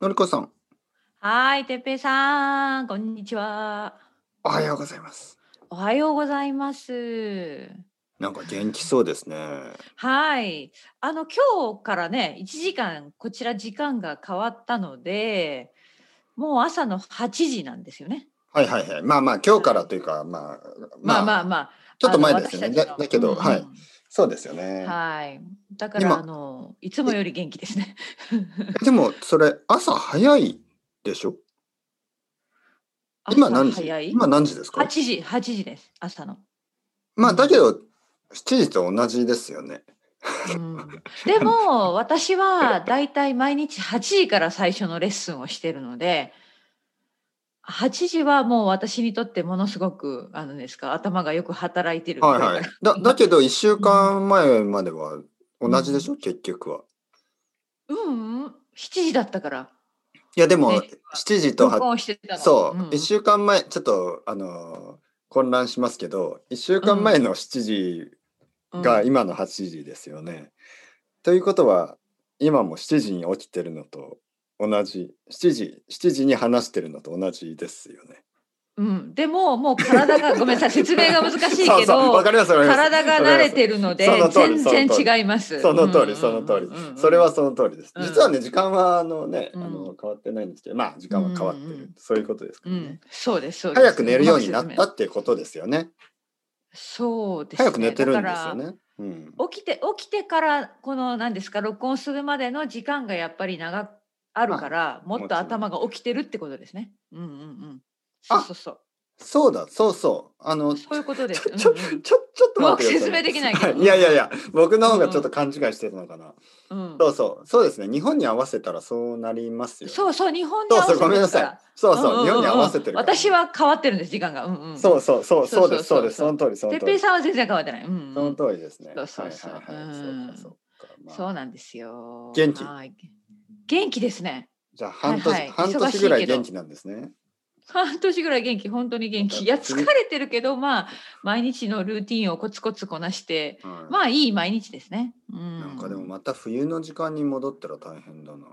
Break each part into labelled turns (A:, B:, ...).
A: のりこさん、
B: はい、てっぺいさん、こんにちは。
A: おはようございます。
B: おはようございます。
A: なんか元気そうですね。
B: はい、あの今日からね、1時間こちら時間が変わったので、もう朝の8時なんですよね。
A: はいはいはい。まあまあ、今日からというか、まあ、
B: まあまあまあ、
A: ちょっと前
B: あの
A: ですよね。
B: 私たち
A: だ
B: の
A: だけど、
B: うんうん
A: はい。そうですよね。
B: はい、だから
A: 今
B: あのいつもより元気ですね。
A: えでも、それ、朝早いでしょ今何時
B: 朝早い？
A: 今何時ですか
B: 8時8時です朝の。
A: まあ、だけど、7時と同じですよね。
B: うんでも私はだいたい毎日8時から最初のレッスンをしてるので8時はもう私にとってものすごくあのですか頭がよく働いてる
A: はいはい。だだけど、1週間前までは同じでしょ、結局は。
B: うん、うん、7時だったから
A: いや、でも、
B: ね
A: 7時と
B: 録
A: 8
B: 音してたの
A: そう、
B: ん
A: 1週間前ちょっとあのー混乱しますけど1週間前の7時が今の8時ですよね。ということは今も7時に起きてるのと同じ7時7時に話してるのと同じですよね。
B: うんうん、でももう体がごめんなさ い説明が難しいけど
A: そうそうわかりますわかります
B: 体が慣れてるので
A: その通り
B: 全
A: その通
B: 然違います
A: その通りその通り
B: うんうんうんうん
A: それはその通りです。
B: うん
A: 実はね時間はあのね、あ
B: う
A: の変わってないんですけどまあ時間は変わってる、
B: うんうんうん
A: そういうことですか
B: う
A: らね。
B: ん、そうですそうです
A: 早く寝るようになっ
B: ま
A: た
B: く
A: っていうことですよね。
B: 説明そうです、ね、
A: 早く寝てるんで
B: だ
A: す
B: から
A: よね。うん、
B: 起きて起きてからこの何ですか録音するまでの時間がやっぱり長くあるから、もっ
A: もちろ
B: と
A: ん
B: 頭が起きてるってことですね。うんうんうん。そ
A: あ
B: うそうそう。
A: そうだそうそうあの
B: そういうことで
A: ち
B: す。
A: ょ、ちょ、
B: うんうん
A: ちょ、ちょっと待ってください。
B: うまく説明できないけ ど
A: はいやいやいや、僕の方がちょっと勘違いしてたのかな。
B: うん
A: そうそう、そうですね。日本に合わせたらそうなりますよ。
B: そうそう日本に
A: そ
B: 合
A: う
B: わせ
A: そう、
B: て
A: ごめんな
B: る
A: さ
B: か
A: い
B: ら。。
A: そう
B: うんうん
A: そうう、
B: ん
A: 日本に合わせてるから。
B: 私。は変わってるんです時間が。うんうん。
A: そうそうそう、そうです、そ
B: そう
A: で
B: うそうそう
A: す、その通り、その
B: てっ
A: 通
B: ぺ
A: り。
B: い
A: そ
B: さんは全然変わってない。うんうん、
A: の通りですね。
B: そうそうそう
A: はいはいは
B: う
A: い
B: ん
A: そうかそうかまあ
B: そうなんですよ。
A: 元気
B: はい元気ですね。
A: じゃあ半年、
B: はいはい
A: 半年ぐら
B: 忙しい
A: い
B: けど
A: 元気なんですね。
B: 半年ぐらい元気本当に元気いや疲れてるけどまあ毎日のルーティンをコツコツこなして
A: はい
B: まあいい毎日ですね。う
A: なんかでもまた冬の時間に戻ったら大変だな。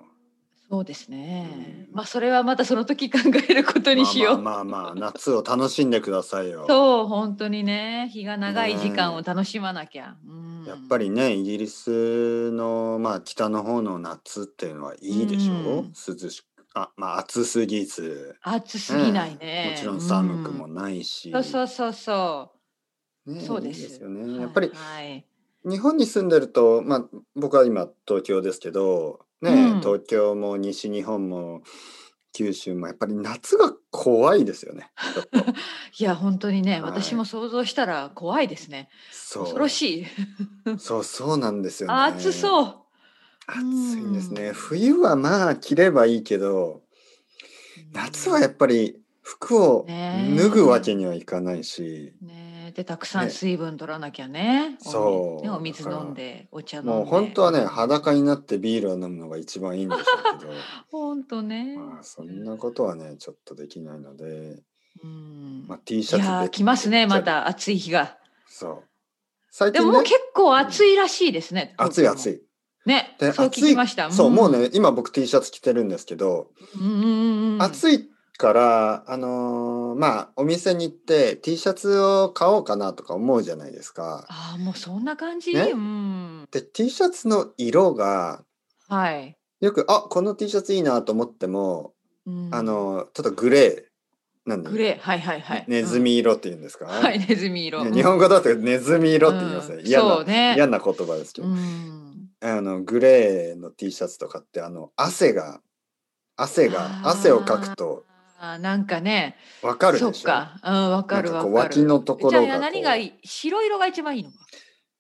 B: そうですね。
A: うん
B: まあそれはまたその時考えることにしよう。
A: まあまあまあまあ、夏を楽しんでくださいよ。
B: そう本当にね日が長い時間を楽しまなきゃ。うん
A: やっぱりねイギリスの、まあ、北の方の夏っていうのはいいでしょう、
B: うん
A: 涼しくあまあ暑すぎず、
B: 暑すぎないね。
A: もちろん寒くもないし、
B: うんそうそうそうそ
A: ねい
B: そう
A: い
B: で
A: ですすよ
B: う。
A: ねやっぱり
B: はい。
A: 日本に住んでると、まあ、僕は今東京ですけど、ね
B: うん
A: 東京も西日本も九州もやっぱり夏が怖いですよね。ちょっと
B: いや本当にね、
A: い
B: 私も想像したら怖いですね。
A: そう
B: 恐ろしい。
A: そうそうなんですよね。
B: 暑そう。
A: 暑いんですね。
B: うん
A: 冬はまあ着ればいいけど夏はやっぱり服を
B: ねえ
A: 脱ぐわけにはいかないし、
B: ねえでたくさ
A: ね
B: ん水分取らなきゃねお水
A: そう
B: ねお水
A: だから
B: 飲んでお茶飲んで
A: もう本当はね裸になってビールを飲むのが一番いいんでしょう けど
B: 本当ね、
A: まあそんなことはねちょっとできないので、
B: うん
A: まあ、T
B: い
A: シャツ
B: やー
A: で
B: 来ますねまた暑い日が
A: そう最
B: で
A: 近
B: も
A: ね
B: もう結構暑いらしいですね、
A: 暑い暑
B: い
A: い
B: ね
A: で
B: そう聞きました
A: そうもう、ね今僕 T シャツ着てるんですけど、
B: うんうんうん、い
A: 暑いからあのーまあお店に行って T シャツを買おうかなとか思うじゃないですか。
B: ああもうそんな感じ、
A: ね
B: うん
A: で T シャツの色が
B: はい、
A: よく、あ、この T シャツいいなと思っても、
B: うん
A: あの、ちょっとグレー、なんだ
B: グレーはいはいはい
A: ネズ、ミ色って言うんですか、
B: うんはいネズミ色、
A: ね日本語だとネズミ色って言いますね。嫌
B: うん、
A: な、
B: そうね
A: 嫌な言葉ですけど、
B: うん
A: あの、グレーの T シャツとかって、あの、汗が、汗が
B: あ、ー
A: 汗をかくと
B: あーなんかね
A: わかるでしょ
B: そっか、うん、わかる
A: なんか
B: わか
A: こう
B: る。
A: 脇のところが
B: じゃあ何がいい白色が一番いいのか。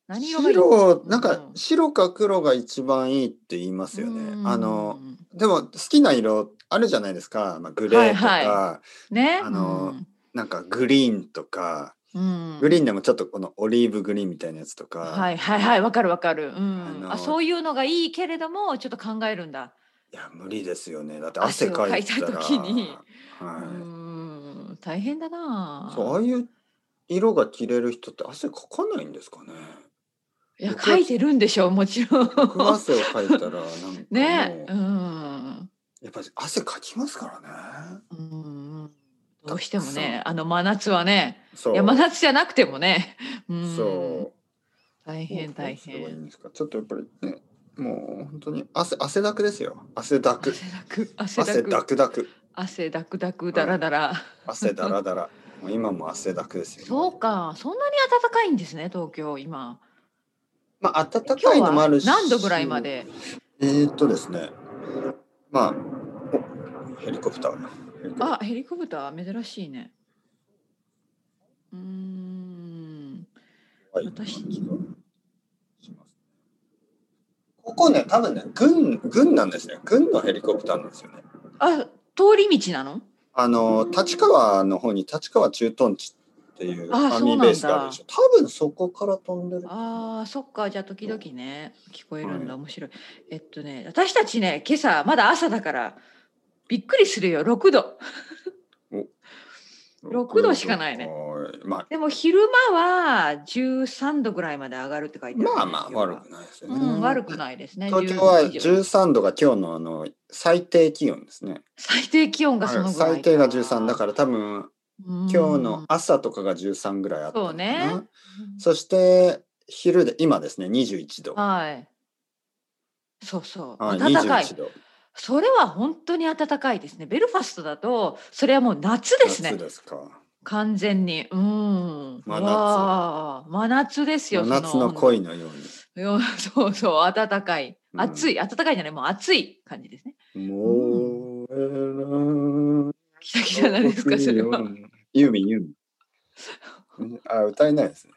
B: 何色がいい
A: 白、なんか
B: うん
A: 白か黒が一番いいって言いますよ
B: う
A: ね。
B: ん
A: あの、でも好きな色あるじゃないですか。まあ、グレーとか、
B: はいね、
A: あのなんかグリーンとか、
B: うん、
A: グリーン
B: ン。
A: でもちょっとこのオリーブグリーンみたいなやつとか、
B: はいはいはい、わかるわかる。う
A: あ
B: ん、
A: の
B: あ、そういうのがいいけれども、ちょっと考えるんだ。
A: いや無理ですよねだって汗かいたら
B: 汗をかいた時にう
A: はい
B: ん、大変だな。
A: そうああいう色が着れる人って汗かかないんですかね
B: いや、書いてるんでしょう、もちろん。
A: 僕は汗をかいたらなんかもう、
B: ね、うん。
A: やっぱり汗かきますからね。
B: うんどうしてもねあの真夏はね
A: そう。
B: いや真夏じゃなくてもねうん
A: そう。
B: 大変
A: ど
B: 大
A: うすればいい
B: 変
A: んですか。ちょっとやっぱりね、もう本当に汗汗だくですよ。汗だく。
B: 汗だく
A: 汗
B: 汗だ
A: だ
B: く
A: くだ く。
B: 汗だくだくだらだら、
A: 汗だらだら。もう今も汗だくですよ。
B: そう。かそんなに暖かいんですね東京今
A: まあ暖
B: 今
A: か
B: 日
A: いのもあ
B: は
A: るし。
B: 何度ぐらいま。で
A: えー、っとですね。まあおヘリコプターが。ヘリコプター
B: あヘリコプター珍しいねうーん
A: はい
B: 私
A: ここね、多分ね、軍、軍なんですね。軍のヘリコプターなんですよね。
B: あ通り道なの
A: あの、立川の方に立川駐屯地っていう
B: あ
A: アーミーベースがあるでしょ。多分そこから飛んでる。
B: あーそっかじゃあ時々ね聞こえるんだ、
A: は
B: 面白いえっとね私たちね今朝まだ朝だからびっくりするよ6度六度しかないね
A: はい。まあ、
B: でも昼間は13度ぐらいまで上がるって書いてある
A: まあまあ、悪くないですよ
B: う
A: ね。
B: ん、悪くないですね
A: 東京は
B: 11時
A: 13度が今日のあの最低気温ですね。
B: 最低気温がそのぐらい
A: 最低が13だから多分
B: 今
A: 今日の朝とかが13ぐらいあったのかな
B: そうね
A: そして昼で今ですね21度。
B: はいそうそう
A: はい
B: 暖かい
A: 21度
B: それは本当に暖かいですねベルファストだとそれはもう夏ですね
A: 夏ですか。
B: 完全にうん
A: 真夏
B: わあ真夏ですよ
A: 真夏
B: そ
A: の恋のよ
B: いやそうそう暖かい
A: うん
B: 暑い、暖かいじゃないもう暑い感じですね
A: うに。もう。
B: きたきたなんですかそれは。
A: ユーミンユーミン。あ歌えないですね。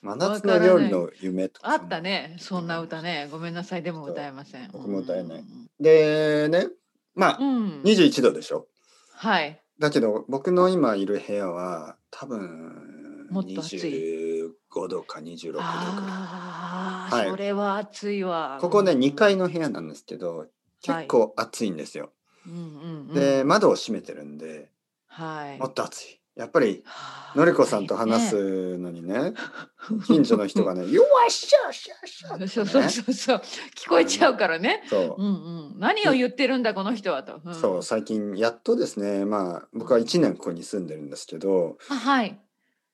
A: 真夏の料理の夢とか
B: あった。ねそんな歌ねごめんなさいでも歌えません
A: 僕も歌えない
B: うん
A: でねま
B: う
A: あ
B: ん、
A: 21度でしょ。
B: はい
A: だけど僕の今いる部屋は多分
B: もっと暑
A: 25度か26度ぐらい。
B: ああ、
A: はい
B: それは暑いわ
A: ここね
B: うん
A: 2階の部屋なんですけど結構暑いんですよ。
B: うんうんうん、
A: で窓を閉めてるんで
B: はい
A: もっと暑い。やっぱり
B: はあ
A: のりこさんと話
B: ね
A: すのに ね近所の人がね「よわっしゃっしゃっしゃ」って
B: そうそう
A: ね
B: そうそう聞こえちゃうからね
A: そう
B: うんうん何を言ってるんだこの人はと、ん
A: そう最近やっとですねまあ僕は1年ここに住んでるんですけど、
B: あはい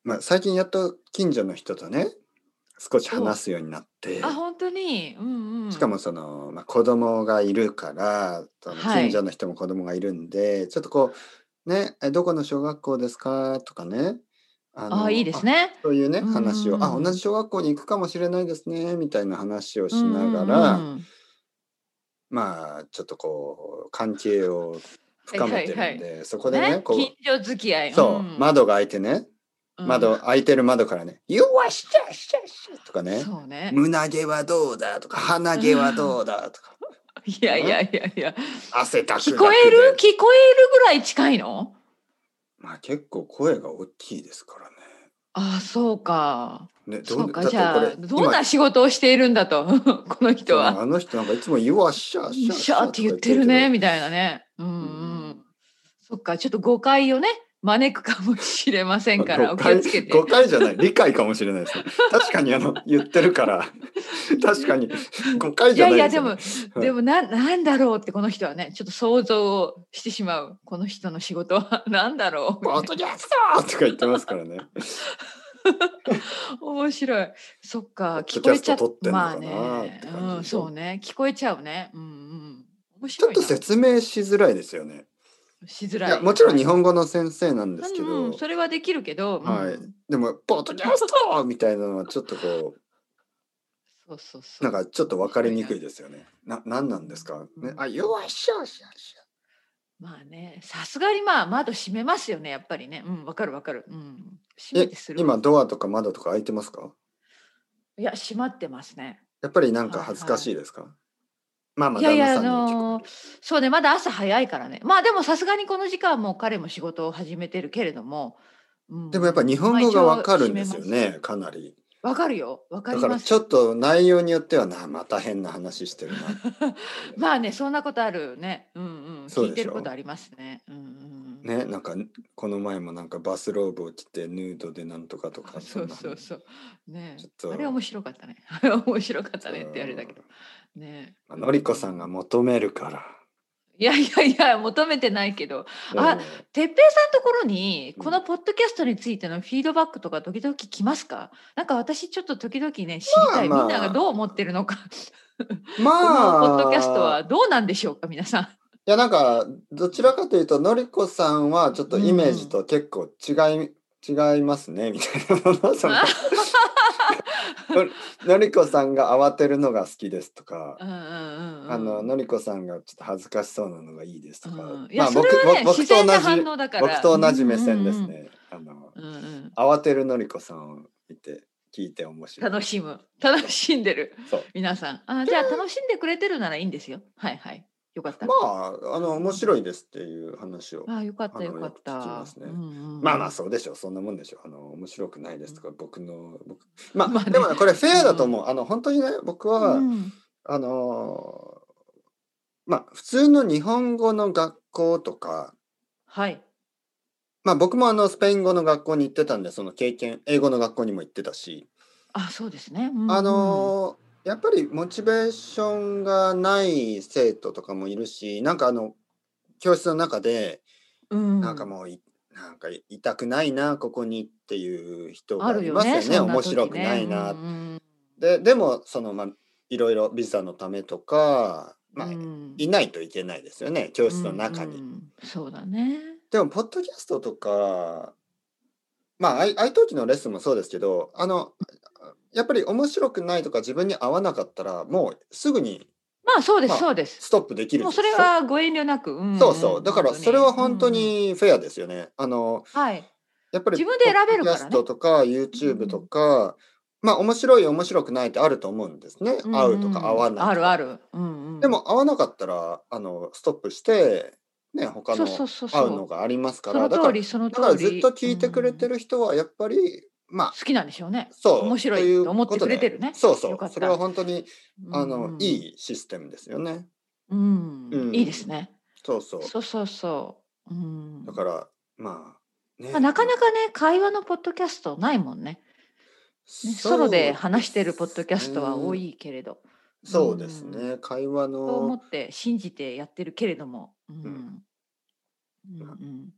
A: まあ、最近やっと近所の人とね少し話すようになって
B: あ本当にうんうん
A: しかもその、まあ、子供がいるからその
B: はい
A: 近所の人も子供がいるんで、ちょっとこう「ねえどこの小学校ですか?」とかねあ
B: あいいです
A: ね
B: ね
A: そういうね
B: うんうんうん
A: 話を「あ同じ小学校に行くかもしれないですね」みたいな話をしながら、
B: うんうんうん
A: まあちょっとこう関係を深めてるんで、
B: はいは
A: そこでね
B: ね
A: こ
B: 近
A: う
B: 所付き合い
A: そう、
B: ん
A: 窓が開いてね
B: うん
A: 窓、開いてる窓からね「弱しちゃしちゃしちゃ」とかね
B: そうね
A: 胸毛はどうだ」とか「鼻毛はどうだ」とか
B: いやいやいやいや
A: 「汗だくだくで
B: 聞こえる聞こえるぐらい近いの
A: まあ結構声が大きいですからね。
B: あそうか
A: ねど
B: そうか
A: だ
B: じ
A: っ
B: ゃあ
A: てこれ
B: どんな仕事をしているんだと この人
A: 今
B: は
A: あの人なんかいつも「弱しちゃしちゃ」
B: シャーって言ってるね
A: み
B: みたいなねうんうん
A: う
B: そっかちょっと誤解をね招くかもしれませんからお気をつけて
A: 誤解じゃない理解かもしれないですね。確かにあの言ってる から確かに誤解
B: い
A: じゃ
B: や
A: ないい
B: や
A: です
B: で
A: よ
B: も
A: ね、はい
B: でもななんだろうってこの人はねちょっと想像をしてしまうこの人の仕事は なんだろうみたい
A: 本当に暑そうとか言ってますからね。
B: な面白いそっか
A: ポッ
B: 聞
A: ドキ
B: こ
A: ャ
B: え
A: ス
B: ちゃ
A: ト撮ってんの
B: まあ
A: かなって感
B: ね
A: じでしょ
B: うんそうね聞こえちゃうねうんうん面
A: ちょ
B: 白
A: っ
B: い
A: と
B: な
A: 説明しづらいですよね。
B: しづ
A: い
B: らい
A: やもちろん日本語の先生なんですけ
B: うんう
A: ど
B: ん、それはできるけど、うん
A: はいでもポッドキャストみたいなのはちょっとこ
B: そうそうそう
A: うなんかちょっと分かりにくいですよね。な何なんですか、ね、あ弱いしょしょしょ。
B: まあね、さすがにまあ窓閉めますよね、やっぱりね。うん、わかるわかる。うん。閉め
A: え
B: てする。
A: 今ドアとか窓とか開いてますか？
B: いや、閉まってますね。
A: やっぱりなんか恥ずかしいですか？まあまあ
B: いやいや、あ
A: 旦那さんにも聞く
B: のーそうね、まだ朝早いからね。まあでもさすがにこの時間はもう彼も仕事を始めてるけれども。うん
A: でもやっぱ日本語がわかるんですよ。
B: まあ一応閉め
A: ね
B: ま、
A: かなり。
B: わかるよ。わか
A: だ
B: り
A: から
B: ます。
A: ちょっと内容によってはな、また変な話してるな。
B: まあね、そんなことあるね。うんうん。
A: そうでしょ
B: 聞いてることありますね。うんうん。
A: ね、なんかこの前もなんかバスローブを着てヌードでなんとかとか。
B: そうそ
A: ん
B: う
A: な
B: そう。ね
A: ちょっと
B: あれ面白かったね。 あれ面白かったねってあれだけど。ね
A: まあのりこさんが求めるから。
B: いやいやいや求めてないけどあ
A: うん
B: 哲平さんのところにこのポッドキャストについてのフィードバックとか時々来ますかなんか私ちょっと時々ね知りたい、
A: まあまあ
B: みんながどう思ってるのかこ
A: ま
B: の
A: あ、
B: ポッドキャストはどうなんでしょうか皆さん。
A: いやなんかどちらかというとのりこさんはちょっとイメージと結構違い、違いますねみたいな そののりこさんが慌てるのが好きですとか、
B: うんうんうんうん
A: あののりこさんがちょっと恥ずかしそうなのがいいですとか、
B: うんい
A: ま
B: や
A: あ
B: そ
A: 僕
B: れはね
A: 僕僕
B: 自
A: と
B: 然な
A: 同
B: 反
A: じ
B: 応だから
A: 僕と同じ目線です
B: うんうん
A: ね。あの
B: うんうん
A: 慌てるのりこさんを見て聞いて面白い。
B: 楽しむ楽しんでる
A: そう
B: 皆さんあじゃあ楽しんでくれてるならいいんですよはいはいよかった、
A: まああの面白いですっていう話を。
B: ああよかった
A: あの
B: よかった
A: よく聞きますね
B: うんうん
A: まあまあそうでしょうそんなもんでしょうあの面白くないですとか僕の僕まあ、
B: まあね
A: でもねこれフェアだと思う、あの本当にね僕は、
B: うん
A: あのーまあ普通の日本語の学校とか
B: はい
A: まあ僕もあのスペイン語の学校に行ってたんでその経験英語の学校にも行ってたし、
B: あそうですね、うんうん
A: あのーやっぱりモチベーションがない生徒とかもいるしなんかあの教室の中で
B: うん
A: なんかもういなんか痛くないなここにっていう人
B: あ
A: が
B: る
A: い
B: よ
A: ますよね
B: ねそん
A: 面
B: 時ね
A: 白くないな、
B: うんうん
A: ででもそのまあいろいろビザのためとか、まあ
B: うん
A: いないといけないですよね教室の中に、
B: うんうんそうだね
A: でもポッドキャストとかまあ愛愛登記のレッスンもそうですけどあのやっぱり面白くないとか自分に合わなかったらもうすぐに
B: まあそうです、
A: まあ
B: そうです
A: ストップできる
B: もうそれはご遠慮なく、んん
A: そうそうだからそれは本当、
B: うんうん
A: にフェアですよね、あの
B: はい
A: やっぱり
B: 自分で選べ
A: ポッド
B: るからね
A: キャストとか YouTube とか、まあ面白い面白くないってあると思うんですね、合うとか合わないとか
B: あるある、うんうん、
A: でも合わなかったらあのストップしてね他の
B: そうそうそうそう
A: 合うのがありますか
B: そ
A: ら
B: の
A: だか
B: 通
A: ら
B: りその
A: だから
B: 通
A: ずっ
B: り
A: と聞いてくれて
B: うん
A: る人はやっぱり、まあ
B: 好きなんでしょうね
A: そう
B: 面白
A: とい
B: いうと思ってくれてるね
A: そうそ
B: よかっ
A: う
B: た
A: それは本当にあの、
B: うんうん
A: いいシステムですよね
B: うん、
A: うん
B: いいですね
A: そうそう
B: そうそうそう、うん、
A: だからまあね、
B: まあ、なかなかね会話のポッドキャストないもんね
A: そう
B: ね
A: すね
B: ソロで話してるポッドキャストは多いけれど、
A: そうですね会話
B: そう思
A: の
B: って信じてやってるけれども、うん
A: ん
B: うんうん